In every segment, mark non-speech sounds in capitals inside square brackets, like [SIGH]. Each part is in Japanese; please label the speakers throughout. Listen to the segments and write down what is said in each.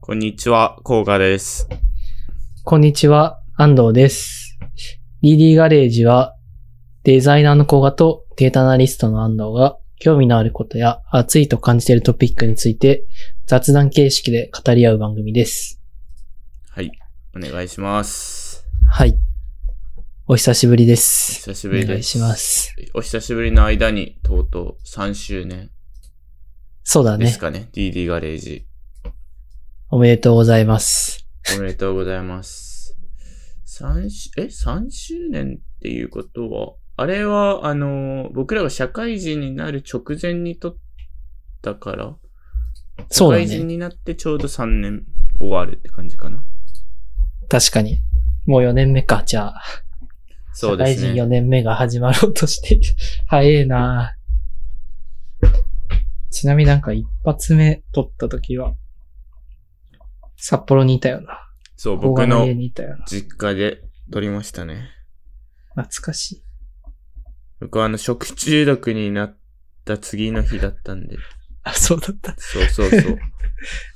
Speaker 1: こんにちは、甲賀です。
Speaker 2: こんにちは、安藤です。DD ガレージは、デザイナーの古賀とデータアナリストの安藤が、興味のあることや熱いと感じているトピックについて、雑談形式で語り合う番組です。
Speaker 1: はい。お願いします。
Speaker 2: はい。お久しぶりです。
Speaker 1: 久しぶりです。
Speaker 2: お願いしま。す。
Speaker 1: お久しぶりの間に、とうとう3周年
Speaker 2: そうだ
Speaker 1: で
Speaker 2: ね
Speaker 1: す。かね。DD ガレージ。
Speaker 2: おめでとうございます。
Speaker 1: おめでとうございます。3し、え、3周年っていうことは、あれは、あの、僕らが社会人になる直前に撮ったから、社
Speaker 2: そうだ
Speaker 1: 会人
Speaker 2: ね。
Speaker 1: になってちょうど3年終わるって感じかな。
Speaker 2: 確かに。もう4年目か、じゃあ。
Speaker 1: そうです
Speaker 2: 社会人4
Speaker 1: ね。
Speaker 2: 年目が始まろうとしている。 [LAUGHS] 早えなちなみになんか一発目撮った時は、札幌にいたよな。
Speaker 1: そう、
Speaker 2: 僕
Speaker 1: 僕
Speaker 2: の
Speaker 1: の
Speaker 2: 家にいたよな。
Speaker 1: 実家で撮りましたね。
Speaker 2: 懐かしい。
Speaker 1: 僕はあの、食中毒になった次の日だったんで。
Speaker 2: あ、そうだった。
Speaker 1: そうそう
Speaker 2: [LAUGHS]
Speaker 1: そう。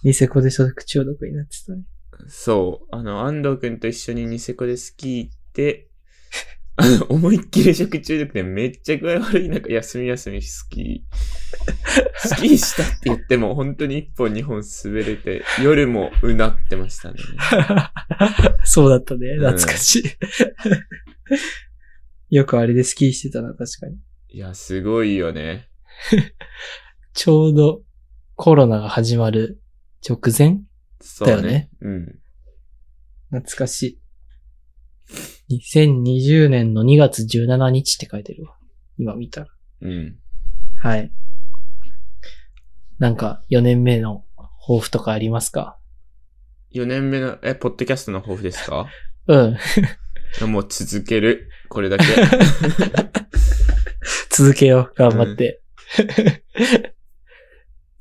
Speaker 2: ニセコで所属中毒になってたね。 [LAUGHS]
Speaker 1: そう。あの、安藤くんと一緒にニセコでスキー行って、あの、思いっきり食中毒でめっちゃ具合悪い中、休み休みスキー。
Speaker 2: [LAUGHS]
Speaker 1: スキーしたって言っても、本当に一本二本滑れて、夜もうなってましたね。
Speaker 2: そうだったね。
Speaker 1: うん
Speaker 2: 懐かしい。 [LAUGHS] よくあれでスキーしてたな、確かに。
Speaker 1: いや、すごいよね。
Speaker 2: ちょうどコロナが始まる直前
Speaker 1: そうね。
Speaker 2: だよね
Speaker 1: うん。
Speaker 2: 懐かしい。2020年の2月17日って書いてるわ。今見たら。
Speaker 1: うん。
Speaker 2: はい。なんか、4年目の抱負とかありますか
Speaker 1: 4年目の、え、ポッドキャストの抱負ですか
Speaker 2: うん。
Speaker 1: い
Speaker 2: [LAUGHS]
Speaker 1: やもう続ける。これだけ。
Speaker 2: 続けよう。頑張って。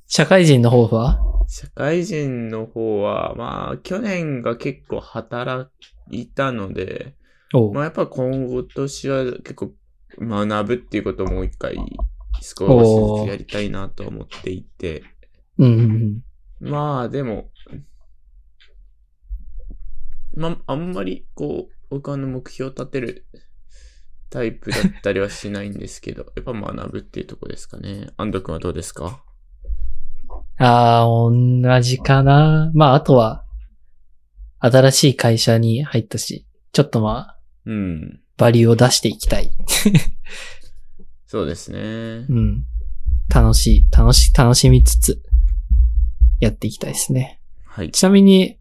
Speaker 2: 社会人の抱負は
Speaker 1: 社会人の方は、まあ、去年が結構働いたので、
Speaker 2: おう
Speaker 1: まあ、やっぱ今後年は結構学ぶっていうことをもう一回少しず
Speaker 2: おー
Speaker 1: つやりたいなと思っていて、
Speaker 2: うんうんうん。
Speaker 1: まあ、でも、まあ、あんまりこう、僕あの目標立てるタイプだったりはしないんですけど、 [LAUGHS] やっぱ学ぶっていうとこですかね。安藤君はどうですか
Speaker 2: あー、同じかな。まあ、あとは、新しい会社に入ったし、ちょっとまあ、
Speaker 1: うん。
Speaker 2: バリューを出していきたい。
Speaker 1: そうですね
Speaker 2: う。ん。楽しい、楽し、楽しみつつ、やっていきたいですね。
Speaker 1: はい。
Speaker 2: ちなみに、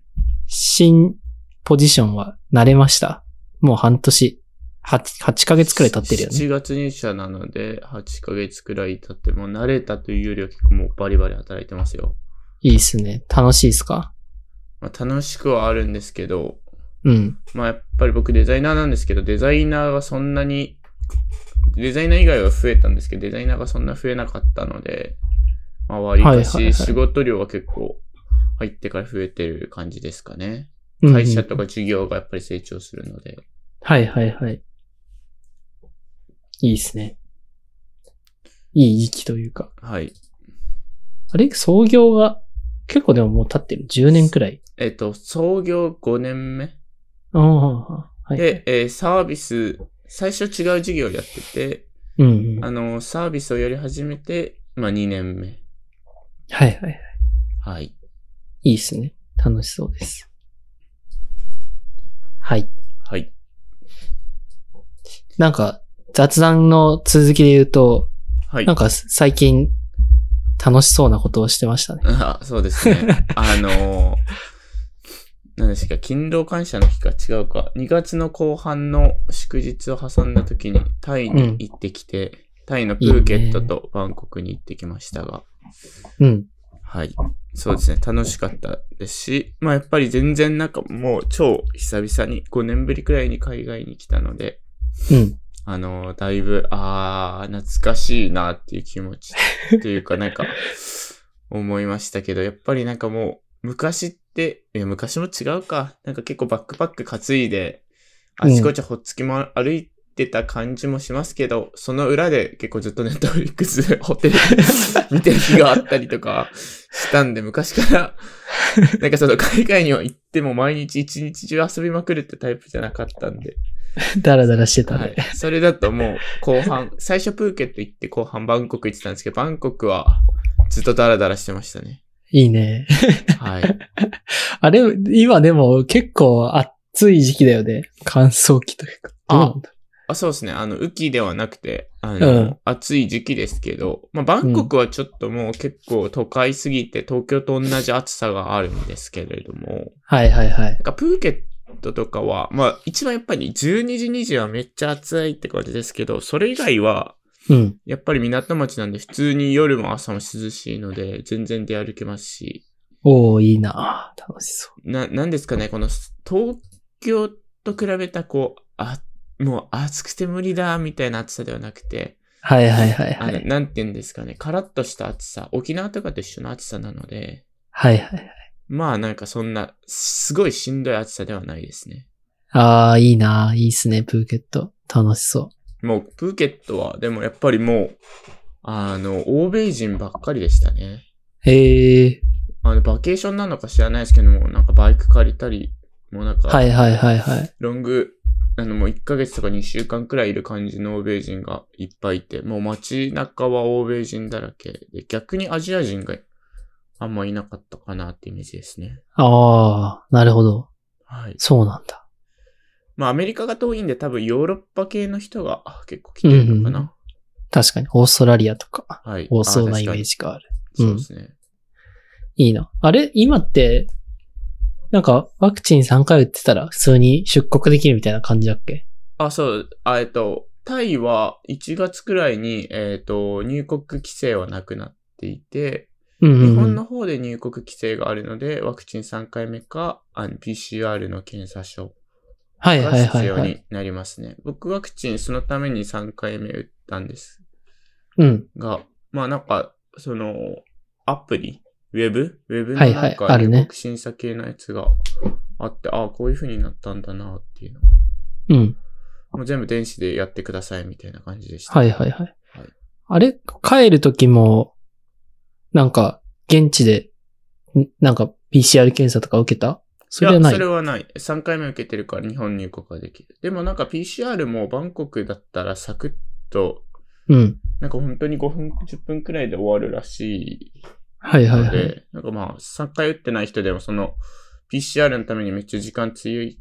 Speaker 2: 新ポジションは慣れました。もう半年、8、8ヶ月くらい経ってるよね。
Speaker 1: 7月入社なので、8ヶ月くらい経って、もう慣れたというよりは結構もうバリバリ働いてますよ。
Speaker 2: いいっすね。楽しいっすか
Speaker 1: まあ、楽しくはあるんですけど、
Speaker 2: うん。
Speaker 1: まあやっぱり僕デザイナーなんですけど、デザイナーがそんなに、デザイナー以外は増えたんですけど、デザイナーがそんな増えなかったので、まあ割か
Speaker 2: はいはいは
Speaker 1: し
Speaker 2: い
Speaker 1: 仕事量は結構入ってから増えてる感じですかね。
Speaker 2: うん
Speaker 1: 会社とか事業がやっぱり成長するので。
Speaker 2: はいはいはい。いいっすね。いい時期というか。
Speaker 1: はい。
Speaker 2: あれ創業が、結構でももう経ってる。10年くらい。
Speaker 1: えっと、創業5年目
Speaker 2: ああ、はい。
Speaker 1: で、えーサービス、最初違う事業をやってて、
Speaker 2: うんうん。は
Speaker 1: あ
Speaker 2: い
Speaker 1: の、サービスをやり始めて、まあ2年目。
Speaker 2: はいはい。
Speaker 1: はい。
Speaker 2: いいっすね。楽しそうです。はい。
Speaker 1: はい。
Speaker 2: なんか、雑談の続きで言うと、
Speaker 1: はい
Speaker 2: なん。か最近、楽しそうなことをしてましたね。
Speaker 1: あそうですね。
Speaker 2: [LAUGHS]
Speaker 1: あのー、何でしたっけ、勤労感謝の日か違うか、2月の後半の祝日を挟んだ時にタイに行ってきて、タイのプーケットとバンコクに行ってきましたが、
Speaker 2: うん。
Speaker 1: はい。そうですね。楽しかったですし、まあやっぱり全然なんかもう超久々に5年ぶりくらいに海外に来たので、
Speaker 2: うん。 [LAUGHS]
Speaker 1: あの、だいぶ、あー、懐かしいなっていう気持ちっていうか、なんか、思いましたけど、やっぱりなんかもう、昔って、いや、昔も違うか。なんか結構バックパック担いで、あちこちほっつきも歩いってた感じもしますけど、その裏で結構ずっとネットフリックスホテル見てる日があったりとかしたんで、昔から、なんかその海外には行っても毎日一日中遊びまくるってタイプじゃなかったんで、
Speaker 2: ダラダラしてた
Speaker 1: はい
Speaker 2: ね。。
Speaker 1: それだともう後
Speaker 2: [LAUGHS]
Speaker 1: 半、最初プーケット行って後半バンコク行ってたんですけど、バンコクはずっとダラダラしてましたね。
Speaker 2: いいね。
Speaker 1: はい。
Speaker 2: あれ、今でも結構暑い時期だよね。乾燥期というか。どうなんだ
Speaker 1: あそうですね。あの、雨季ではなくて、あの、
Speaker 2: うん
Speaker 1: 暑い時期ですけど、まあ、バンコクはちょっともう結構都会すぎて、東京と同じ暑さがあるんですけれども、
Speaker 2: はいはいはい
Speaker 1: な。んかプーケットとかは、まあ、一番やっぱり12時、2時はめっちゃ暑いって感じですけど、それ以外は、
Speaker 2: うん。
Speaker 1: やっぱり港町なんで、普通に夜も朝も涼しいので、全然出歩けますし、
Speaker 2: おー、いいな楽しそう。
Speaker 1: な、なんですかね、この東京と比べた、こう、あ、もう暑くて無理だ、みたいな暑さではなくて、
Speaker 2: はいはいはい
Speaker 1: あ
Speaker 2: は
Speaker 1: の
Speaker 2: い。
Speaker 1: なんて言うんですかね、カラッとした暑さ、沖縄とかと一緒の暑さなので、
Speaker 2: はいはいはい。
Speaker 1: まあなんかそんな、すごいしんどい暑さではないですね。
Speaker 2: あー、いいないいっすね、プーケット。楽しそ
Speaker 1: もうプーケットは、でもやっぱりもう、あの、欧米人ばっかりでしたね。
Speaker 2: う。えー。
Speaker 1: あの、バケーションなのか知らないですけども、なんかバイク借りたり、もうなんか、
Speaker 2: はいはいはいはい。
Speaker 1: ロング、あのもう1ヶ月とか2週間くらいいる感じの欧米人がいっぱいいて、もう街中は欧米人だらけで、逆にアジア人があんまいなかったかなってイメージですね。
Speaker 2: あー、なるほど。
Speaker 1: はい。
Speaker 2: そうなんだ。
Speaker 1: まあアメリカが遠いんで多分ヨーロッパ系の人があ結構来てるのかな。
Speaker 2: 確かに、オーストラリアとか、
Speaker 1: はい。
Speaker 2: 多そうなイメー
Speaker 1: ジ。
Speaker 2: ジがある。
Speaker 1: 確かに
Speaker 2: うん
Speaker 1: そうですね。
Speaker 2: いいな。あれ今って、なんか、ワクチン3回打ってたら、普通に出国できるみたいな感じだっけ
Speaker 1: あ、そう。あ、えっと、タイは1月くらいに、えっと、入国規制はなくなっていて、
Speaker 2: うんうんうん、
Speaker 1: 日本の方で入国規制があるので、ワクチン3回目か、あの PCR の検査証
Speaker 2: はい
Speaker 1: が
Speaker 2: はいは
Speaker 1: 必
Speaker 2: い、
Speaker 1: 要
Speaker 2: はい。
Speaker 1: になりますね。僕ワクチンそのために3回目打ったんです
Speaker 2: うん。
Speaker 1: が、まあなんか、その、アプリ、ウェブウェブの
Speaker 2: はいは
Speaker 1: ないんか
Speaker 2: ある
Speaker 1: 入
Speaker 2: ね
Speaker 1: 国審査系のやつがあって、ああ、こういう風になったんだなっていうの。
Speaker 2: うん。
Speaker 1: もう全部電子でやってくださいみたいな感じでした。
Speaker 2: はいはいはい
Speaker 1: はい。
Speaker 2: あれ帰るときも、なんか、現地で、んなんか、PCR 検査とか受けたそれはない
Speaker 1: やそれはない。3回目受けてるから日本入国ができる。でもなんか PCR もバンコクだったらサクッと
Speaker 2: うん。
Speaker 1: なんか本当に5分、10分くらいで終わるらし
Speaker 2: はい
Speaker 1: い
Speaker 2: はい
Speaker 1: の
Speaker 2: は
Speaker 1: で、
Speaker 2: い。
Speaker 1: なんかまあ、3回打ってない人でも、その、PCR のためにめっちゃ時間強い、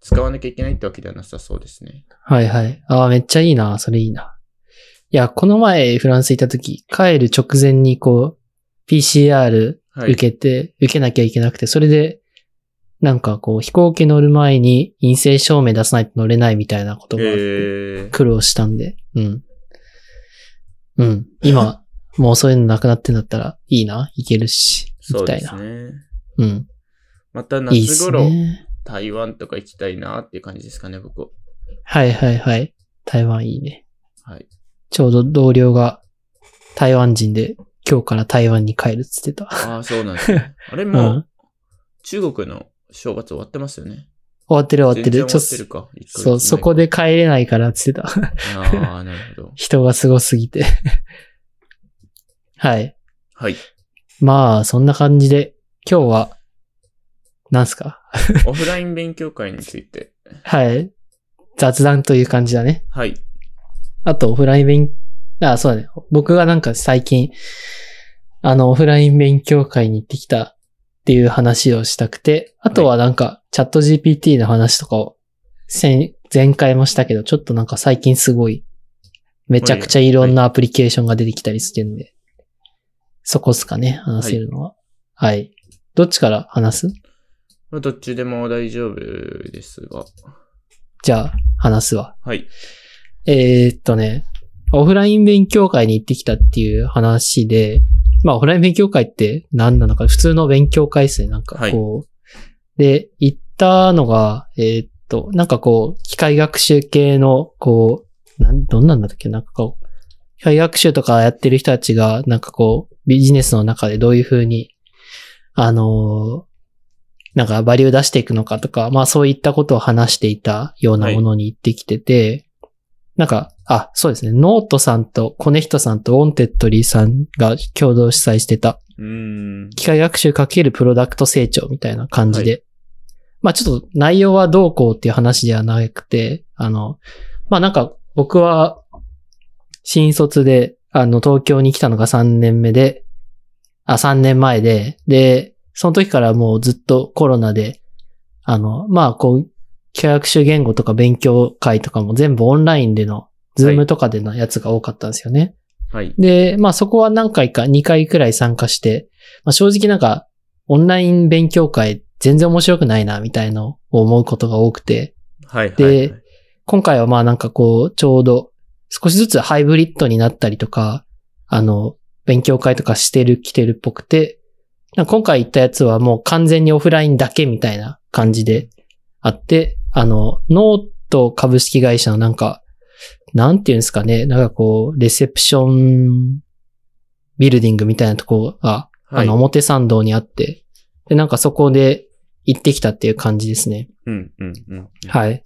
Speaker 1: 使わなきゃいけないってわけではなさそうですね。
Speaker 2: はいはい。ああ、めっちゃいいな。それいいな。いや、この前、フランス行ったとき、帰る直前にこう、PCR
Speaker 1: はい。
Speaker 2: 受けて、受けなきゃいけなくて、それで、なんかこう、飛行機乗る前に陰性証明出さないと乗れないみたいなことがあって、
Speaker 1: えー、
Speaker 2: 苦労したんで、うん。うん。今、もうそういうのなくなってんだったら、いいな、いけるし、
Speaker 1: [LAUGHS] そ
Speaker 2: 行き
Speaker 1: う
Speaker 2: た
Speaker 1: で
Speaker 2: い
Speaker 1: す
Speaker 2: な。
Speaker 1: ね。
Speaker 2: うん。
Speaker 1: また
Speaker 2: いいっ
Speaker 1: 夏
Speaker 2: す
Speaker 1: 頃、
Speaker 2: ね。
Speaker 1: 台湾とか行きたいなっていう感じですかね、僕は。
Speaker 2: はいはいはい。台湾いいね。
Speaker 1: はい。
Speaker 2: ちょうど同僚が台湾人で、今日から台湾に帰るっつってた。終
Speaker 1: ああ、そうなんです
Speaker 2: [LAUGHS]
Speaker 1: ね。あれもう、
Speaker 2: うん
Speaker 1: 中国の正月終わってますよね。
Speaker 2: わってる終わってる。
Speaker 1: 全然
Speaker 2: ちょ
Speaker 1: 終
Speaker 2: っ
Speaker 1: わってる
Speaker 2: と、
Speaker 1: か。一ヶ月
Speaker 2: そう、そこ
Speaker 1: 前
Speaker 2: で帰れないからっつってた。
Speaker 1: か。ああ、なるほど。
Speaker 2: 人がすごすぎて。 [LAUGHS] はい。 [LAUGHS]
Speaker 1: はい。
Speaker 2: まあ、そんな感じで、今日は、なんすか
Speaker 1: オフライン勉強会について。
Speaker 2: はい。雑談という感じだね。
Speaker 1: はい。
Speaker 2: あと、オフライン勉、あ、そうだね。僕がなんか最近、あの、オフライン勉強会に行ってきたっていう話をしたくて、あとはなんか、チャット GPT の話とかを、先、前回もしたけど、ちょっとなんか最近すごい、めちゃくちゃいろんなアプリケーションが出てきたりしてるんで、そこっすかね、話せるのは。はい。どっちから話す
Speaker 1: まあ、どっちでも大丈夫ですが。
Speaker 2: じゃあ、話すわ。
Speaker 1: はい。
Speaker 2: えーっとね、オフライン勉強会に行ってきたっていう話で、まあオフライン勉強会って何なのか、普通の勉強会ですね、なんかこう。で、行ったのが、えーっと、なんかこう、機械学習系の、こう、なん、どんなんだったっけ、なんかこう、機械学習とかやってる人たちが、なんかこう、ビジネスの中でどういうふうに、あのーなんかバリュー出していくのかとか、まあそういったことを話していたようなものに行ってきてて、なんか、あ、そうですね。ノートさんとコネヒトさんとオンテッドリーさんが共同主催してた、
Speaker 1: うーん。
Speaker 2: 機械学習かけるプロダクト成長みたいな感じで。まあちょっと内容はどうこうっていう話ではなくて、あの、まあなんか僕は新卒で、あの東京に来たのが3年目で、あ、3年前で、で、その時からもうずっとコロナで、あの、まあこう、機械学習言語とか勉強会とかも全部オンラインでの、ズームとかでのやつが多かったんですよね。
Speaker 1: はい。
Speaker 2: で、まあそこは何回か2回くらい参加して、まあ正直なんかオンライン勉強会全然面白くないなみたいのを思うことが多くて、
Speaker 1: はい。
Speaker 2: で
Speaker 1: はいはい
Speaker 2: 今回はまあなんかこうちょうど少しずつハイブリッドになったりとか、あの、勉強会とかしてる、来てるっぽくて、なんか今回行ったやつはもう完全にオフラインだけみたいな感じであって、あの、ノート株式会社のなんか、なんていうんですかね、なんかこう、レセプションビルディングみたいなとこが、
Speaker 1: は
Speaker 2: あの、
Speaker 1: い。
Speaker 2: 表参道にあって、で、なんかそこで行ってきたっていう感じですね。
Speaker 1: うん、うん、うん。
Speaker 2: はい。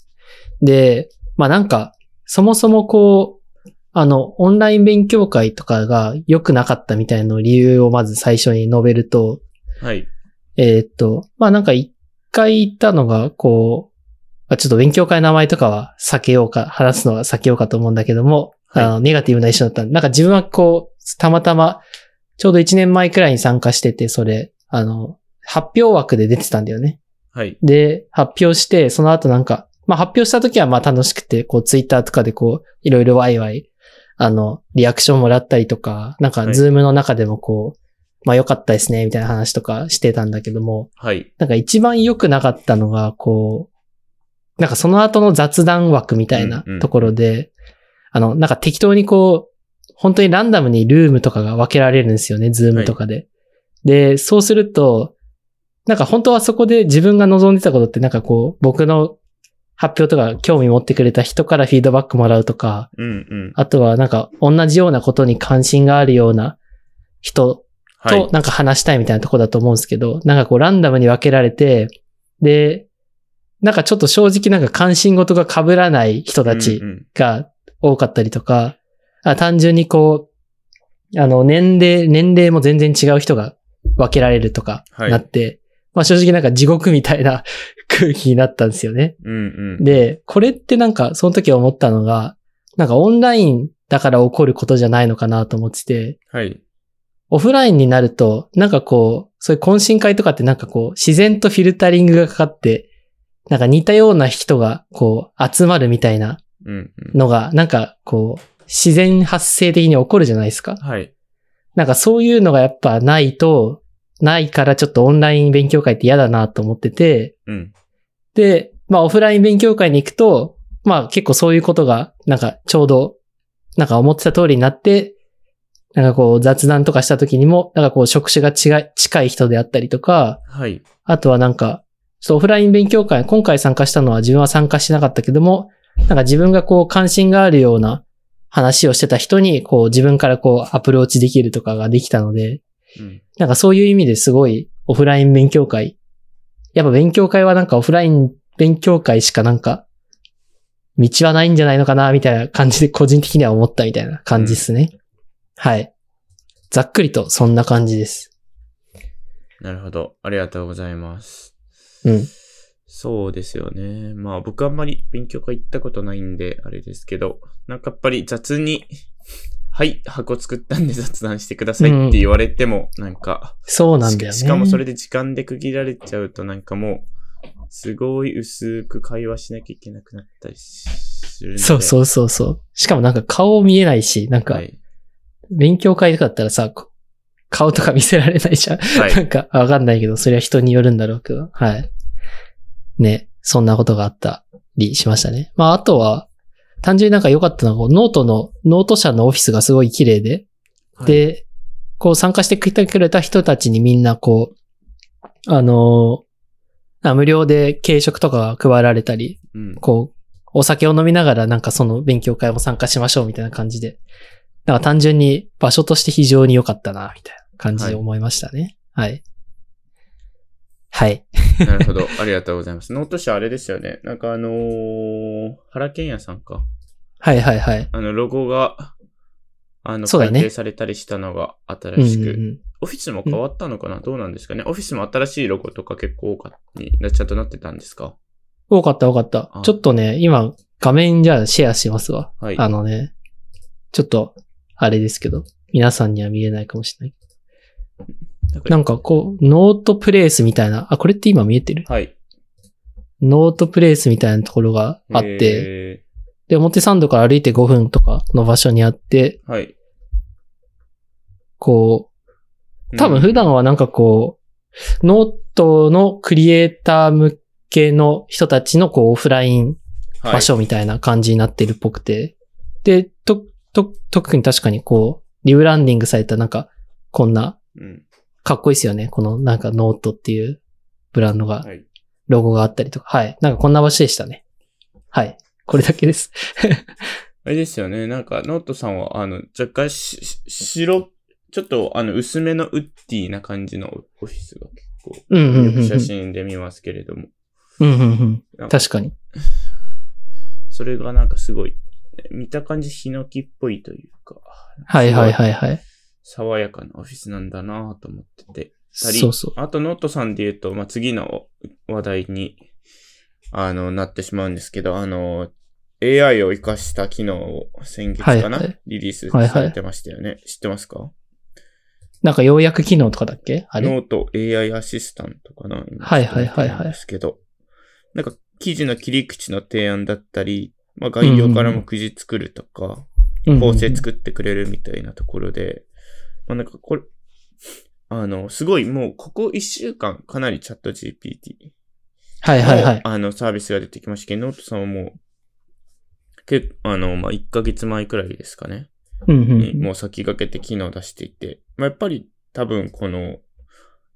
Speaker 2: で、まあなんか、そもそもこう、あの、オンライン勉強会とかが良くなかったみたいな理由をまず最初に述べると、
Speaker 1: はい。
Speaker 2: えーっと、まあなんか一回行ったのが、こう、まあちょっと勉強会の名前とかは避けようか、話すのは避けようかと思うんだけども、
Speaker 1: はい
Speaker 2: あの、ネガティブな一緒だったんで、なんか自分はこう、たまたま、ちょうど1年前くらいに参加してて、それ、あの、発表枠で出てたんだよね。
Speaker 1: はい。
Speaker 2: で、発表して、その後なんか、まあ発表した時はまあ楽しくて、こうツイッターとかでこう、いろいろワイワイ、あの、リアクションもらったりとか、なん
Speaker 1: は
Speaker 2: か
Speaker 1: い
Speaker 2: ズームの中でもこう、まあ良かったですね、みたいな話とかしてたんだけども、
Speaker 1: はい。
Speaker 2: なんか一番良くなかったのが、こう、なんかその後の雑談枠みたいな
Speaker 1: うんうん
Speaker 2: ところで、あの、なんか適当にこう、本当にランダムにルームとかが分けられるんですよね、ズームとかで。で、そうすると、なんか本当はそこで自分が望んでたことってなんかこう、僕の発表とか興味持ってくれた人からフィードバックもらうとか、
Speaker 1: うん、うん。
Speaker 2: あとはなんか同じようなことに関心があるような人
Speaker 1: は
Speaker 2: と
Speaker 1: い。
Speaker 2: なんか話したいみたいなとこだと思うんですけど、なんかこうランダムに分けられて、で、なんかちょっと正直なんか関心事が被らない人たち
Speaker 1: うんうん
Speaker 2: が多かったりとか、あ単純にこう、あの年齢、年齢も全然違う人が分けられるとか
Speaker 1: はい
Speaker 2: なって、まあ正直なんか地獄みたいな [LAUGHS] 空気になったんですよね。
Speaker 1: うん、うん。
Speaker 2: で、これってなんかその時思ったのが、なんかオンラインだから起こることじゃないのかなと思ってて、
Speaker 1: はい。
Speaker 2: オフラインになると、なんかこう、そういう懇親会とかってなんかこう、自然とフィルタリングがかかって、なんか似たような人がこう、集まるみたいな
Speaker 1: うん、うん。
Speaker 2: のが、なんかこう、自然発生的に起こるじゃないですか。
Speaker 1: はい。
Speaker 2: なんかそういうのがやっぱないと、ないからちょっとオンライン勉強会って嫌だなと思ってて、
Speaker 1: うん。
Speaker 2: で、まあオフライン勉強会に行くと、まあ結構そういうことが、なんかちょうど、なんか思ってた通りになって、なんかこう雑談とかした時にも、なんかこう職種が違い、近い人であったりとか、
Speaker 1: はい。
Speaker 2: あとはなんか、ちょっとオフライン勉強会、今回参加したのは自分は参加してなかったけども、なんか自分がこう関心があるような話をしてた人に、こう自分からこうアプローチできるとかができたので、
Speaker 1: うん。
Speaker 2: なんかそういう意味ですごいオフライン勉強会。やっぱ勉強会はなんかオフライン勉強会しかなんか道はないんじゃないのかなみたいな感じで個人的には思ったみたいな感じですね。はい。ざっくりとそんな感じです。
Speaker 1: なるほど。ありがとうございます。
Speaker 2: うん。
Speaker 1: そうですよね。まあ僕あんまり勉強会行ったことないんで、あれですけど、なんかやっぱり雑に、はい、箱作ったんで雑談してくださいって言われても、なんか、
Speaker 2: そうなんだよね。
Speaker 1: ししかもそれで時間で区切られちゃうと、なんかもう、すごい薄く会話しなきゃいけなくなったりするので。
Speaker 2: そう
Speaker 1: う。
Speaker 2: そうそうそう。しかもなんか顔見えないし、なんか [LAUGHS]
Speaker 1: はい。
Speaker 2: 勉強会とかだったらさ、こ顔とか見せられないじゃん。
Speaker 1: は。
Speaker 2: ないんかわかんないけど、それは人によるんだろうけど。はい。ね、そんなことがあったりしましたね。まああとは、単純になんか良かったのはこう、ノートの、ノート社のオフィスがすごい綺麗で、
Speaker 1: はい
Speaker 2: で、こう参加してくれた人たちにみんなこう、あのーあ無料で軽食とかが配られたり、
Speaker 1: うん。
Speaker 2: こう、お酒を飲みながらなんかその勉強会も参加しましょうみたいな感じで、なんか単純に場所として非常に良かったな、みたいな感じで思いましたね。はい。はい。
Speaker 1: なるほど。ありがとうございます。ノート社あれですよね。なんかあのー、原健也さんか。
Speaker 2: はいはいはい。
Speaker 1: あの、ロゴが、あの、
Speaker 2: そうだ
Speaker 1: 改
Speaker 2: ね
Speaker 1: 定されたりしたのが
Speaker 2: うんう
Speaker 1: 新
Speaker 2: ん
Speaker 1: しく。
Speaker 2: うん。
Speaker 1: オフィスも変わったのかな、どうなんですかねオフィスも新しいロゴとか結構多かった、ちゃんとなってたんですか
Speaker 2: 多かった多かった
Speaker 1: あ。
Speaker 2: ちょっとね、今、画面じゃあシェアしますわ。
Speaker 1: はい。
Speaker 2: あのね、ちょっと、あれですけど、皆さんには見れないかもしれない。
Speaker 1: なんか
Speaker 2: なんかこう、ノートプレイスみたいな、あ、これって今見えてる
Speaker 1: はい。
Speaker 2: ノートプレイスみたいなところがあって、
Speaker 1: え
Speaker 2: で、表参道から歩いて5分とかの場所にあって、
Speaker 1: ーはい。
Speaker 2: こう、多分普段はなんかこう、ノートのクリエイター向けの人たちのこう、オフライン場所みたいな感じになってるっぽくて。で、と、と、特に確かにこう、リブランディングされたなんか、こんな、
Speaker 1: うんはい。
Speaker 2: かっこいいですよね。このなんかノートっていうブランド
Speaker 1: うん
Speaker 2: が、
Speaker 1: はい。
Speaker 2: ロゴがあったりとか。はい。なんかこんな場所でしたね。はい。これだけです。
Speaker 1: あれですよね。なんか、ノートさんは、あの、若干し、し白、ちょっと、あの、薄めのウッディな感じのオフィスが結構、
Speaker 2: うんうん
Speaker 1: よ
Speaker 2: うんう
Speaker 1: く
Speaker 2: ん。
Speaker 1: 写真で見ますけれども。
Speaker 2: うんうんう
Speaker 1: なん
Speaker 2: ん。
Speaker 1: か
Speaker 2: 確かに。
Speaker 1: それがなんかすごい、見た感じ、ヒノキっぽいというか、
Speaker 2: はいはいはいはい。
Speaker 1: 爽やかなオフィスなんだなぁと思ってて。たり
Speaker 2: そうそう。
Speaker 1: あと、ノートさんで言うと、まあ、次の話題に、あの、なってしまうんですけど、あの、AI を活かした機能を先月かな、
Speaker 2: はいはい
Speaker 1: リリース
Speaker 2: はいはい
Speaker 1: されてましたよね。知ってますか
Speaker 2: なんか要約機能とかだっけあれ
Speaker 1: ノート AI アシスタントかな今
Speaker 2: はいはいはい
Speaker 1: ちょっと
Speaker 2: はい
Speaker 1: 見てるんですけど。なんか、記事の切り口の提案だったり、まあ、概要から目次作るとか、
Speaker 2: うんうんう
Speaker 1: 構
Speaker 2: ん
Speaker 1: 成作ってくれるみたいなところで、まあなんかこれ、あの、すごいもうここ1週間かなりチャット GPT
Speaker 2: はいはいはい。
Speaker 1: あのサービスが出てきましたけど、ノートさんはもう、けあの、まあ、1ヶ月前くらいですかね。
Speaker 2: うんう
Speaker 1: に
Speaker 2: ん。
Speaker 1: もう先駆けて機能を出していて、まあ、やっぱり多分この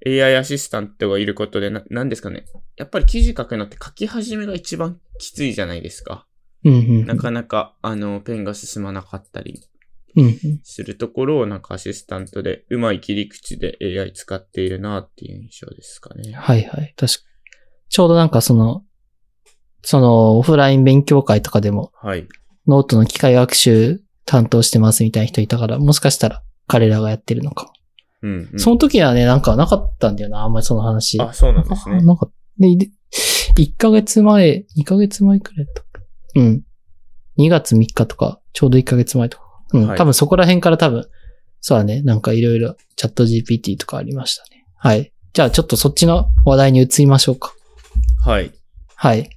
Speaker 1: AI アシスタントがいることでな、なんですかね。やっぱり記事書くのって書き始めが一番きついじゃないですか。
Speaker 2: うんうんうん。
Speaker 1: なかなか、あの、ペンが進まなかったり
Speaker 2: うんうん。
Speaker 1: するところをなんかアシスタントでうまい切り口で AI 使っているなっていう印象ですかね。
Speaker 2: はいはい。確かちょうどなんかその、そのオフライン勉強会とかでも
Speaker 1: はい。
Speaker 2: ノートの機械学習担当してますみたいな人いたから、もしかしたら彼らがやってるのかも。
Speaker 1: うん、うん
Speaker 2: その時はね、なんかなかったんだよな、あんまりその話。
Speaker 1: あ、そうなんですね
Speaker 2: あ。なんか、で、で1ヶ月前、2ヶ月前くらいとか。うん。2月3日とか、ちょうど1ヶ月前とか。うん。
Speaker 1: はい
Speaker 2: 多分そこら辺から多分、そうだね、なんかいろいろチャット GPT とかありましたね。はい。じゃあちょっとそっちの話題に移りましょうか。
Speaker 1: はい。
Speaker 2: はい。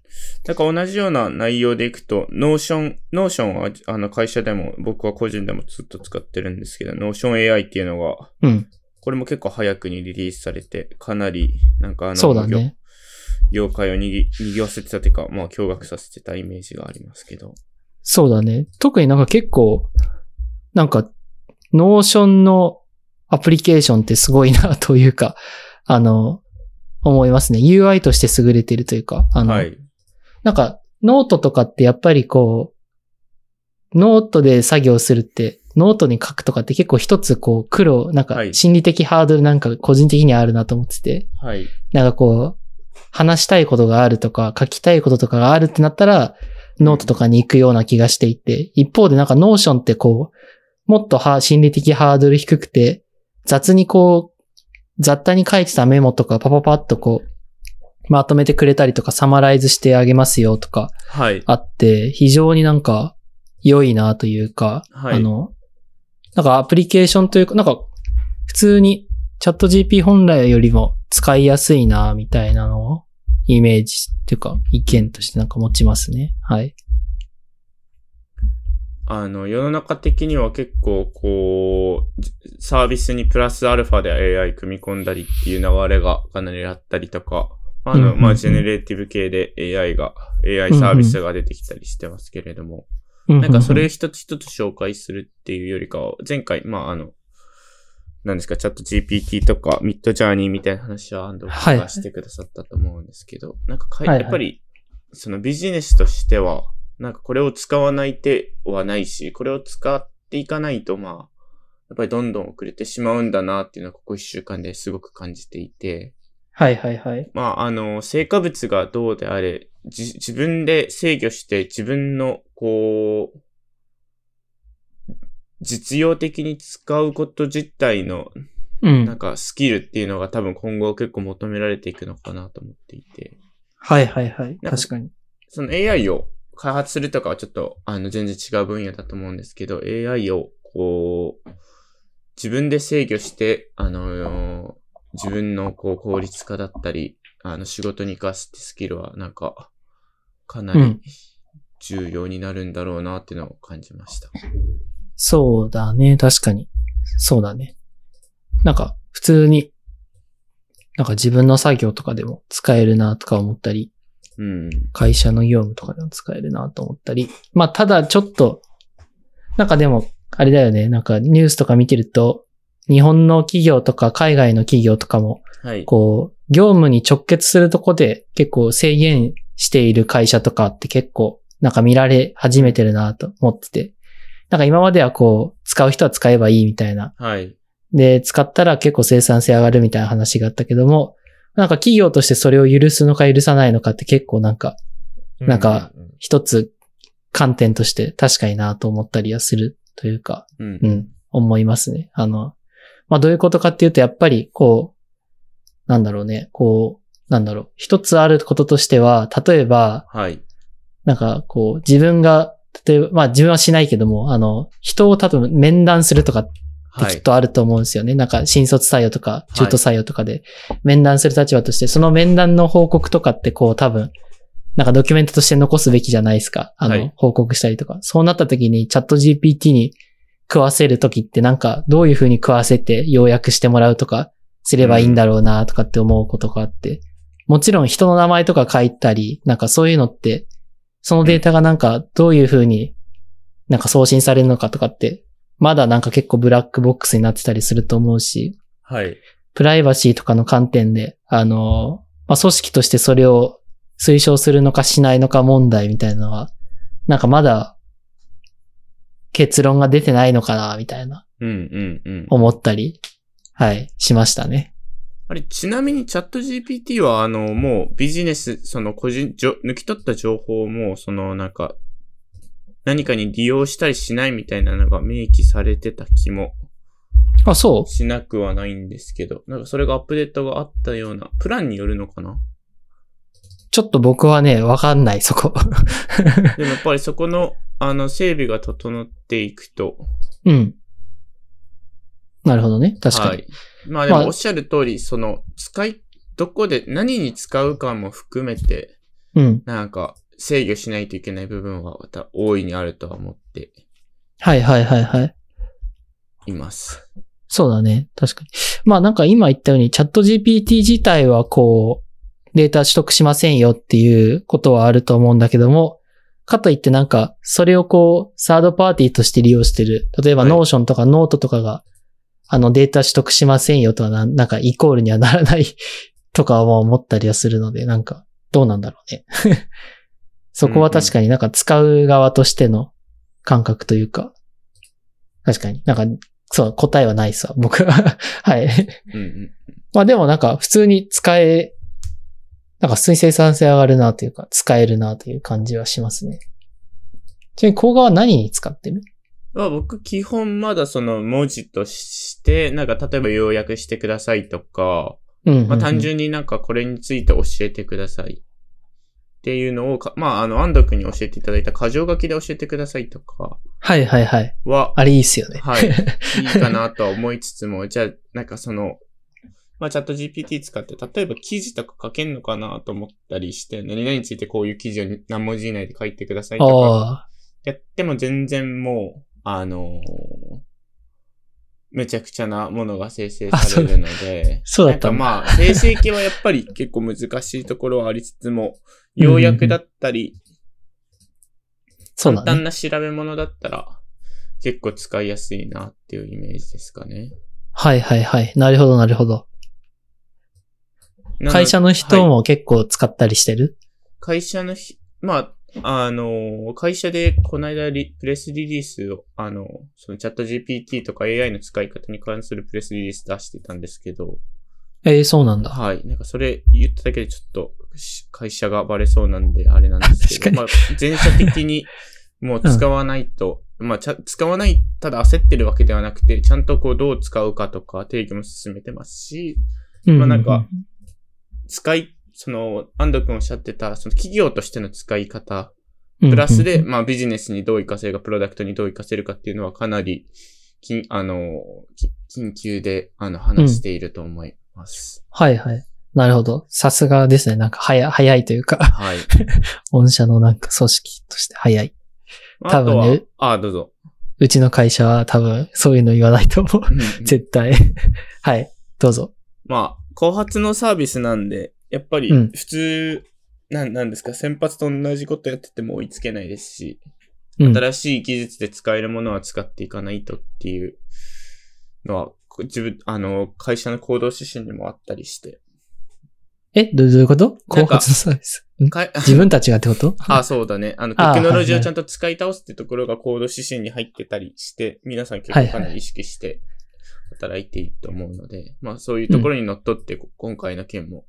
Speaker 1: なんか同じような内容でいくと、ノーション、ノーションはあの会社でも僕は個人でもずっと使ってるんですけど、ノーション AI っていうのが、
Speaker 2: うん。
Speaker 1: これも結構早くにリリースされて、かなり、なんかあの、
Speaker 2: そうだ
Speaker 1: 業
Speaker 2: ね。
Speaker 1: 業界をにぎ、賑わせてたというか、まあ、驚愕させてたイメージがありますけど。
Speaker 2: そうだね。特になんか結構、なんか、ノーションのアプリケーションってすごいなというか、あの、思いますね。UI として優れてるというか、あの、
Speaker 1: はい。
Speaker 2: なんか、ノートとかってやっぱりこう、ノートで作業するって、ノートに書くとかって結構一つこう苦労、な
Speaker 1: は
Speaker 2: んか
Speaker 1: い
Speaker 2: 心理的ハードルなんか個人的にはあるなと思ってて、
Speaker 1: はい。
Speaker 2: なんかこう、話したいことがあるとか、書きたいこととかがあるってなったら、ノートとかに行くような気がしていて、一方でなんかノーションってこう、もっとは心理的ハードル低くて、雑にこう、雑多に書いてたメモとかパパパッとこう、まとめてくれたりとか、サマライズしてあげますよとか、
Speaker 1: はい。
Speaker 2: あって、非常になんか良いなというか、
Speaker 1: はい
Speaker 2: あの、なんかアプリケーションというか、なんか普通にチャット GP 本来よりも使いやすいなみたいなのをイメージっていうか意見としてなんか持ちますね。はい。
Speaker 1: あの、世の中的には結構、こう、じサービスにプラスアルファで AI 組み込んだりっていう流れがかなりあったりとか、あ
Speaker 2: うんうん
Speaker 1: の、
Speaker 2: うん
Speaker 1: まあ、ジェネレーティブ系で AI が、AI サービスが出てきたりしてますけれども、
Speaker 2: な
Speaker 1: なんかそれ一つ一つ紹介するっていうよりかは、前回、まあ、あの、なんですか、チャット GPT とか、ミッドジャーニーみたいな話は安藤
Speaker 2: は
Speaker 1: 君
Speaker 2: い
Speaker 1: がしてくださったと思うんですけど、なんかかい
Speaker 2: はいはい
Speaker 1: やっぱり、そのビジネスとしては、なんかこれを使わない手はないし、これを使っていかないと、まあ、やっぱりどんどん遅れてしまうんだなっていうのは、ここ一週間ですごく感じていて、
Speaker 2: はいはいはい。
Speaker 1: まあ、あの、成果物がどうであれ、じ自分で制御して自分の、こう、実用的に使うこと自体の、
Speaker 2: う
Speaker 1: なん
Speaker 2: ん。
Speaker 1: かスキルっていうのが多分今後結構求められていくのかなと思っていて。
Speaker 2: はいはいはい。
Speaker 1: か
Speaker 2: 確かに。
Speaker 1: その AI を開発するとかはちょっとあの全然違う分野だと思うんですけど、AI をこう、自分で制御して、あの自分のこう効率化だったり、あの仕事に活かすってスキルはなんか、かな
Speaker 2: う
Speaker 1: り
Speaker 2: ん
Speaker 1: 重要になるんだろうなっていうのを感じました。
Speaker 2: そうだね。確かに。そうだね。なんか、普通に、なんか自分の作業とかでも使えるなとか思ったり、
Speaker 1: うん。
Speaker 2: 会社の業務とかでも使えるなと思ったり。まあ、ただちょっと、なんかでも、あれだよね。なんかニュースとか見てると、日本の企業とか海外の企業とかも、
Speaker 1: はい。
Speaker 2: こう、業務に直結するとこで結構制限している会社とかって結構なんか見られ始めてるなと思ってて。なんか今まではこう、使う人は使えばいいみたいな。
Speaker 1: はい。
Speaker 2: で、使ったら結構生産性上がるみたいな話があったけども、なんか企業としてそれを許すのか許さないのかって結構なんかなんか
Speaker 1: う
Speaker 2: 一つ観点として確かになと思ったりはするというか、
Speaker 1: うん、うん。
Speaker 2: うん、思いますね。あの、まあ、どういうことかっていうと、やっぱり、こう、なんだろうね、こう、なんだろう。一つあることとしては、例えば、
Speaker 1: はい。
Speaker 2: なんか、こう、自分が、例えば、まあ、自分はしないけども、あの、人を多分面談するとかって
Speaker 1: は
Speaker 2: きっ
Speaker 1: い。
Speaker 2: とあると思うんですよね。なんか、新卒採用とか、
Speaker 1: い
Speaker 2: 中途採用とかで、面談する立場として、その面談の報告とかって、こう、多分、なんかドキュメントとして残すべきじゃないですか。あの、
Speaker 1: はい
Speaker 2: 報告したりとか。そうなった時に、チャット GPT に食わせる時って、なんか、どういう風に食わせて、要約してもらうとか、すればいいんだろうな、とかって思うことがあって。もちろん、人の名前とか書いたり、なんかそういうのって、そのデータがなんか、どういう風になんか送信されるのかとかって、まだなんか結構ブラックボックスになってたりすると思うし、
Speaker 1: はい。
Speaker 2: プライバシーとかの観点で、あの、まあ、組織としてそれを推奨するのかしないのか問題みたいなのは、なんかまだ結論が出てないのかな、みたいな
Speaker 1: うんうんうん。
Speaker 2: 思ったり、はい、しましたね。
Speaker 1: あれ、ちなみにチャット GPT は、あの、もうビジネス、その個人、じょ抜き取った情報も、そのなんか、何かに利用したりしないみたいなのが明記されてた気も
Speaker 2: あ、そ
Speaker 1: しなくはないんですけど、なんかそれがアップデートがあったような、プランによるのかな
Speaker 2: う。ちょっと僕はね、わかんない、そこ。
Speaker 1: でもやっぱりそこの、あの、整備が整っていくと、
Speaker 2: うん。なるほどね。確かに。
Speaker 1: はい。まあでも
Speaker 2: まあ
Speaker 1: おっしゃる通り、その、使い、どこで、何に使うかも含めて、
Speaker 2: うん。
Speaker 1: なんか、制御しないといけない部分はまた大いにあるとは思って
Speaker 2: はいはいはいはい。
Speaker 1: います。
Speaker 2: そうだね。確かに。まあなんか今言ったように、チャット GPT 自体はこう、データ取得しませんよっていうことはあると思うんだけども、かといってなんか、それをこう、サードパーティーとして利用してる。例えば
Speaker 1: はい
Speaker 2: ノーションとかノートとかが、あのデータ取得しませんよとはなん、なんかイコールにはならないとかは思ったりはするので、なんか、どうなんだろうね。 [LAUGHS] そこは確かになんか使う側としての感覚というか、確かになんかそう、答えはないさ、僕は。 [LAUGHS] はい。
Speaker 1: うんうん。
Speaker 2: まあでもなんか普通に使え、なんか普通に生産性上がるなというか、使えるなという感じはしますね。ちなみに、工画は何に使ってる
Speaker 1: まあ僕、基本まだその文字として、なんか例えば要約してくださいとか、
Speaker 2: うんうんうん
Speaker 1: まあ単。純になんかこれについて教えてください。っていうのをか、まああの、安藤君に教えていただいた箇条書きで教えてくださいとか
Speaker 2: はいはいはい。
Speaker 1: は、
Speaker 2: あれいいっすよね。
Speaker 1: はい。いいかなとは思いつつも、じゃあ、なんかその、まあ、チャット GPT 使って、例えば記事とか書けんのかなと思ったりして、何々についてこういう記事を何文字以内で書いてくださいとか、
Speaker 2: [LAUGHS] ああ、
Speaker 1: やっても全然もう、あのーめちゃくちゃなものが生成されるので、
Speaker 2: そうだった
Speaker 1: なん
Speaker 2: ん
Speaker 1: か
Speaker 2: だ
Speaker 1: まあ、生成系はやっぱり結構難しいところはありつつも、要約だったり、
Speaker 2: そう
Speaker 1: 簡
Speaker 2: だ
Speaker 1: 単
Speaker 2: ね。
Speaker 1: な調べ物だったら、結構使いやすいなっていうイメージですかね。
Speaker 2: はいはいはい。なるほどなるほど。
Speaker 1: なの
Speaker 2: 会社の人
Speaker 1: はい
Speaker 2: も結構使ったりしてる、
Speaker 1: 会社のひ、まあ、あの、会社でこの間リプレスリリースを、あの、そのチャット GPT とか AI の使い方に関するプレスリリース出してたんですけど、
Speaker 2: ええそうなんだ。
Speaker 1: はい。なんかそれ言っただけでちょっとし会社がバレそうなんであれなんですけど、
Speaker 2: 確
Speaker 1: まあ、全社的にもう使わないとまあ、ちゃ使わない、ただ焦ってるわけではなくて、ちゃんとこうどう使うかとか定義も進めてますし、
Speaker 2: ま
Speaker 1: まあなんか、使い、その、安藤君おっしゃってた、その企業としての使い方、プラスで、
Speaker 2: うんうん
Speaker 1: まあビジネスにどう活かせるか、プロダクトにどう活かせるかっていうのはかなり、きあの、き緊急で、あの、話していると思います。
Speaker 2: はいはい。なるほど。さすがですね。なんか、早、早いというか、 [LAUGHS]
Speaker 1: はい。
Speaker 2: 御社のなんか組織として早い。
Speaker 1: まああと
Speaker 2: 多
Speaker 1: は、
Speaker 2: 分ね
Speaker 1: ああ、どうぞ。
Speaker 2: うちの会社は多分、そういうの言わないと思う。
Speaker 1: うん
Speaker 2: 絶対。 [LAUGHS] はい。どうぞ。
Speaker 1: まあ、後発のサービスなんで、やっぱり
Speaker 2: うん
Speaker 1: 普通、なん、なんですか、先発と同じことやってても追いつけないですし、
Speaker 2: うん。
Speaker 1: 新しい技術で使えるものは使っていかないとっていうのは、こ自分、あの、会社の行動指針にもあったりして。
Speaker 2: え、どどういうこと
Speaker 1: な
Speaker 2: 後
Speaker 1: んか
Speaker 2: 発のサービス。ん
Speaker 1: かい
Speaker 2: 自分たちがっ
Speaker 1: [LAUGHS]
Speaker 2: てこと
Speaker 1: あ、そうだね。あの、テ
Speaker 2: あ
Speaker 1: クノロジー
Speaker 2: はいは
Speaker 1: を
Speaker 2: い
Speaker 1: ちゃんと使い倒すってところが行動指針に入ってたりして、皆さん結
Speaker 2: はい
Speaker 1: 構
Speaker 2: はい
Speaker 1: かなり意識して働いていいと思うので、まあそういうところにのっとって、こ今回の件も、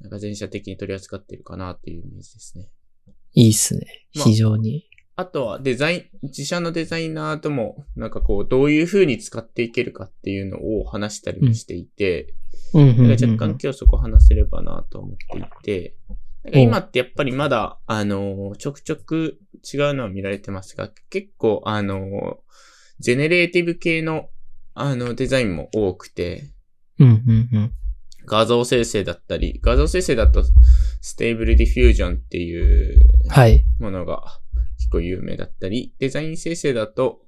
Speaker 1: なんか全社的に取り扱ってるかなっていうイメージですね。
Speaker 2: いいっすね。
Speaker 1: まあ
Speaker 2: 非常に。
Speaker 1: あとはデザイン、自社のデザイナーとも、なんかこう、どういう風に使っていけるかっていうのを話したりもしていて、
Speaker 2: うんうんうん
Speaker 1: な
Speaker 2: う
Speaker 1: ん
Speaker 2: ん
Speaker 1: か若干今日そこ話せればなと思っていて、なんか今ってやっぱりまだ、あのー、ちょくちょく違うのは見られてますが、結構あのー、ジェネレーティブ系の、あの、デザインも多くて、
Speaker 2: うんうんうん。
Speaker 1: 画像生成だったり、画像生成だと、ステーブルディフュージョンっていう
Speaker 2: はい。
Speaker 1: ものが結構有名だったり、デザイン生成だと、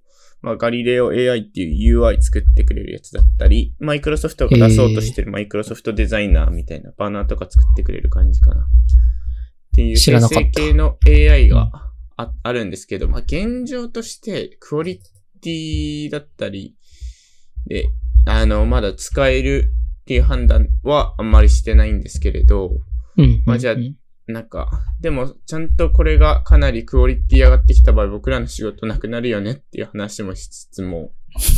Speaker 1: まあ、ガリレオ AI っていう UI 作ってくれるやつだったり、マイクロソフトが出そうとしてるマイクロソフトデザイナーみたいなバナーとか作ってくれる感じかな。っていう
Speaker 2: 知ら
Speaker 1: 生
Speaker 2: なかった
Speaker 1: 成系の AI がああるんですけど、まあ、現状としてクオリティだったりで、あの、まだ使えるっていう判断はあんまりしてないんですけれど、
Speaker 2: うんうんうん。
Speaker 1: まあじゃあなんか、でも、ちゃんとこれがかなりクオリティ上がってきた場合、僕らの仕事なくなるよねっていう話もしつつも、
Speaker 2: [LAUGHS]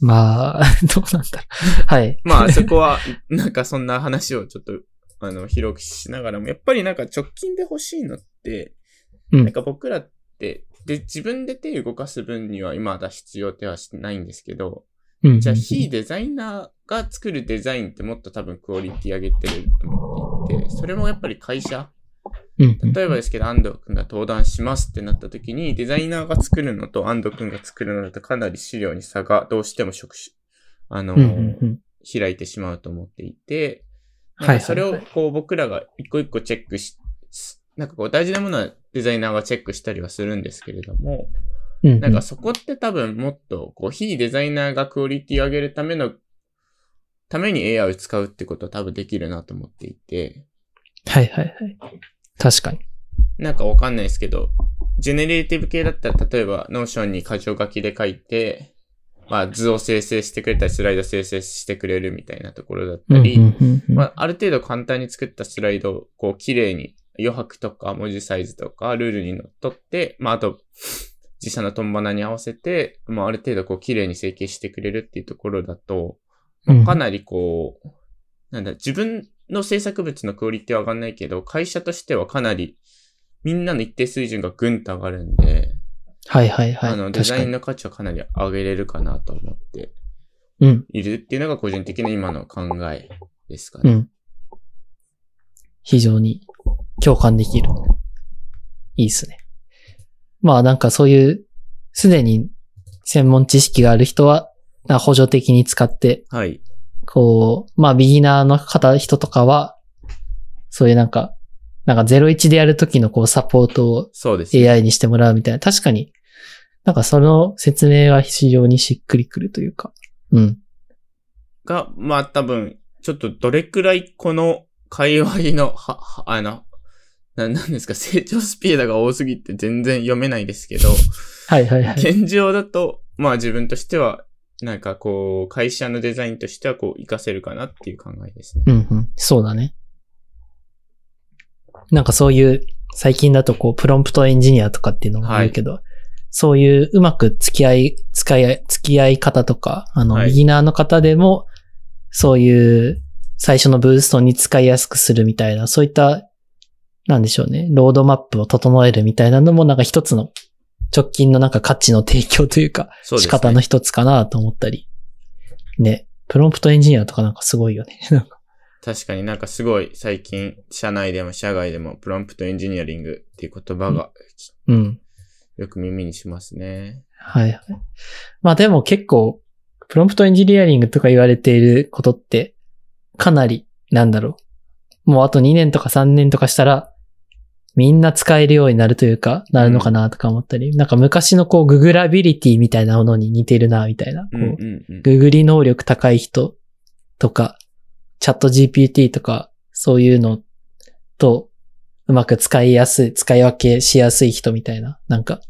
Speaker 2: まあ、 [LAUGHS] どうなんだろう。はい。 [LAUGHS]
Speaker 1: まあ、そこは、なんかそんな話をちょっと、あの、広くしながらも、やっぱりなんか直近で欲しいのって、
Speaker 2: うん
Speaker 1: なんか僕らって、で、自分で手動かす分には今まだ必要ではないんですけど、
Speaker 2: うん。
Speaker 1: じゃあ、非デザイナーが作るデザインってもっと多分クオリティ上げてると思っていて、それもやっぱり会社、
Speaker 2: うんうん
Speaker 1: 例えばですけど、安藤くんが登壇しますってなった時に、デザイナーが作るのと安藤くんが作るのとかなり資料に差がどうしても職種、あのー、
Speaker 2: うんうんうん。
Speaker 1: 開いてしまうと思っていて、
Speaker 2: はいは
Speaker 1: な
Speaker 2: い
Speaker 1: んかそれをこう僕らが一個一個チェックし、すなんかこう大事なものはデザイナーがチェックしたりはするんですけれども、
Speaker 2: うんうん
Speaker 1: なんかそこって多分もっとこう非デザイナーがクオリティを上げるための、ために AI を使うってことは多分できるなと思っていて、
Speaker 2: はいはいはい。確かに。
Speaker 1: なんかわかんないですけど、ジェネレーティブ系だったら、例えば、ノーションに箇条書きで書いて、まあ、図を生成してくれたり、スライド生成してくれるみたいなところだったり、
Speaker 2: うんうんうんうん
Speaker 1: まあ、ある程度簡単に作ったスライドを、こう、綺麗に、余白とか文字サイズとか、ルールにのっとって、まあ、あと、自社のトンバナに合わせて、まあ、ある程度、こう、綺麗に成形してくれるっていうところだと、まあ、かなりこう、なんだ、自分の制作物のクオリティは上がんないけど、会社としてはかなり、みんなの一定水準がぐんと上がるんで、
Speaker 2: はいはいはい。
Speaker 1: あの、デ
Speaker 2: 確
Speaker 1: ザ
Speaker 2: か
Speaker 1: イ
Speaker 2: に
Speaker 1: ンの価値はかなり上げれるかなと思って
Speaker 2: うん。
Speaker 1: いるっていうのが個人的な今の考えですか
Speaker 2: う
Speaker 1: ね。
Speaker 2: ん。非常に共感できる。いいっすね。まあなんかそういう、すでに専門知識がある人は、あ補助的に使って、
Speaker 1: はい。
Speaker 2: こう、まあビギナーの方、人とかは、そういうなんか、なんか01でやるときのこうサポートを
Speaker 1: そうです。
Speaker 2: AI にしてもらうみたいな。確かに、なんかその説明は非常にしっくりくるというか。うん。
Speaker 1: が、まあ多分、ちょっとどれくらいこの界隈の、は、はあの、ななんですか、成長スピードが多すぎて全然読めないですけど、
Speaker 2: はいはいはい。
Speaker 1: 現状だと、まあ自分としては、なんかこう、会社のデザインとしてはこう、活かせるかなっていう考えですね。
Speaker 2: うんうん。そうだね。なんかそういう、最近だとこう、プロンプトエンジニアとかっていうのがあるけど、そういううまく付き合い、使い、付き合い方とか、あの、
Speaker 1: はい
Speaker 2: ビギナーの方でも、そういう、最初のブーストに使いやすくするみたいな、そういった、なんでしょうね、ロードマップを整えるみたいなのも、なんか一つの直近のなんか価値の提供というか、
Speaker 1: そうです
Speaker 2: 仕
Speaker 1: ね。
Speaker 2: 方の一つかなと思ったり。ね。プロンプトエンジニアとかなんかすごいよね。 [LAUGHS] なんか
Speaker 1: 確かになんかすごい最近、社内でも社外でもプロンプトエンジニアリングっていう言葉が
Speaker 2: うん。
Speaker 1: よく耳にしますね。
Speaker 2: はいはい。まあでも結構、プロンプトエンジニアリングとか言われていることって、かなり、なんだろう。もうあと2年とか3年とかしたら、みんな使えるようになるというか、なるのかなとか思ったり、なんか昔のこう、ググラビリティみたいなものに似てるな、みたいな。こ
Speaker 1: う
Speaker 2: う、
Speaker 1: んうんうん。
Speaker 2: ググり能力高い人とか、チャット GPT とか、そういうのと、うまく使いやすい、使い分けしやすい人みたいな、なんか、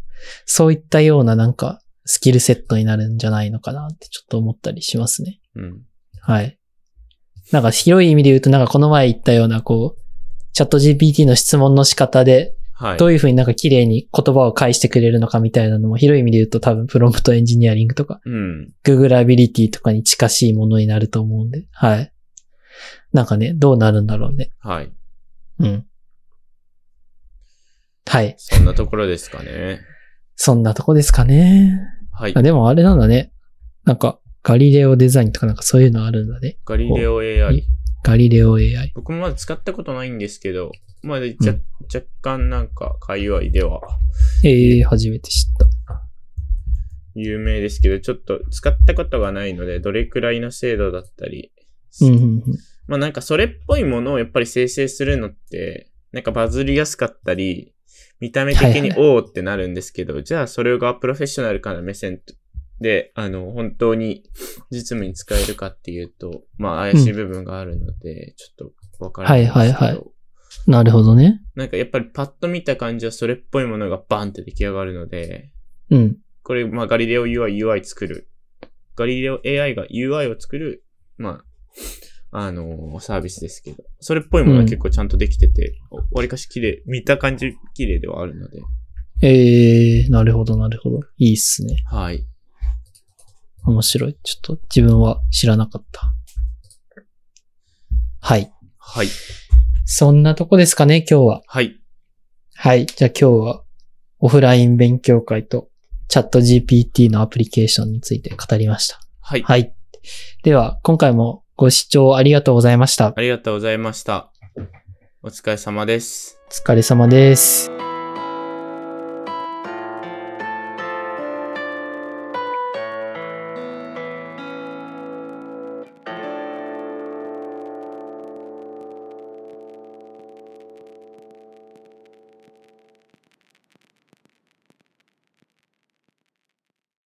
Speaker 2: そういったようななんか、スキルセットになるんじゃないのかなってちょっと思ったりしますね。
Speaker 1: うん。
Speaker 2: はい。なんか広い意味で言うと、なんかこの前言ったような、こう、チャット GPT の質問の仕方で、
Speaker 1: はい。
Speaker 2: どういうふうになんか綺麗に言葉を返してくれるのかみたいなのも広い意味で言うと多分プロンプトエンジニアリングとか
Speaker 1: うん。
Speaker 2: ググラビリティとかに近しいものになると思うんで、はい。なんかね、どうなるんだろうね。
Speaker 1: はい。
Speaker 2: うん。はい。
Speaker 1: そんなところですかね。
Speaker 2: そんなとこですかね。
Speaker 1: はい
Speaker 2: あ。でもあれなんだね。なんか、ガリレオデザインとかなんかそういうのあるんだね。
Speaker 1: ガリレオ AI。
Speaker 2: ガリレオ AI。
Speaker 1: 僕もまだ使ったことないんですけど、まあ、じゃ
Speaker 2: うん
Speaker 1: 若干なんか界隈では
Speaker 2: ええ初めて知った。
Speaker 1: 有名ですけど、ちょっと使ったことがないので、どれくらいの精度だったり、
Speaker 2: うん、うん、うん。
Speaker 1: まあなんかそれっぽいものをやっぱり生成するのって、なんかバズりやすかったり、見た目的に
Speaker 2: は
Speaker 1: おおってなるんですけど、じゃあそれがプロフェッショナルからの目線で、あの、本当に実務に使えるかっていうと、まあ怪しい部分があるので、ちょっとわからないんですけど、
Speaker 2: はいはいはいなるほどね。
Speaker 1: なんかやっぱりパッと見た感じはそれっぽいものがバンって出来上がるので、
Speaker 2: うん。
Speaker 1: これ、まあ、ガリレオ UI、UI 作る。ガリレオ AI が UI を作る、まあ、あのーサービスですけど、それっぽいものは結構ちゃんとできてて、わりかし綺麗、見た感じ綺麗ではあるので、
Speaker 2: ええなるほど、なるほど。いいっすね。
Speaker 1: はい。
Speaker 2: 面白い。ちょっと自分は知らなかった。はい。
Speaker 1: はい。
Speaker 2: そんなとこですかね、今日は。
Speaker 1: はい。
Speaker 2: はい。じゃあ今日はオフライン勉強会とチャット GPT のアプリケーションについて語りました。
Speaker 1: はい。
Speaker 2: はい。では、今回もご視聴ありがとうございました。
Speaker 1: ありがとうございました。お疲れ様です。
Speaker 2: お疲れ様です。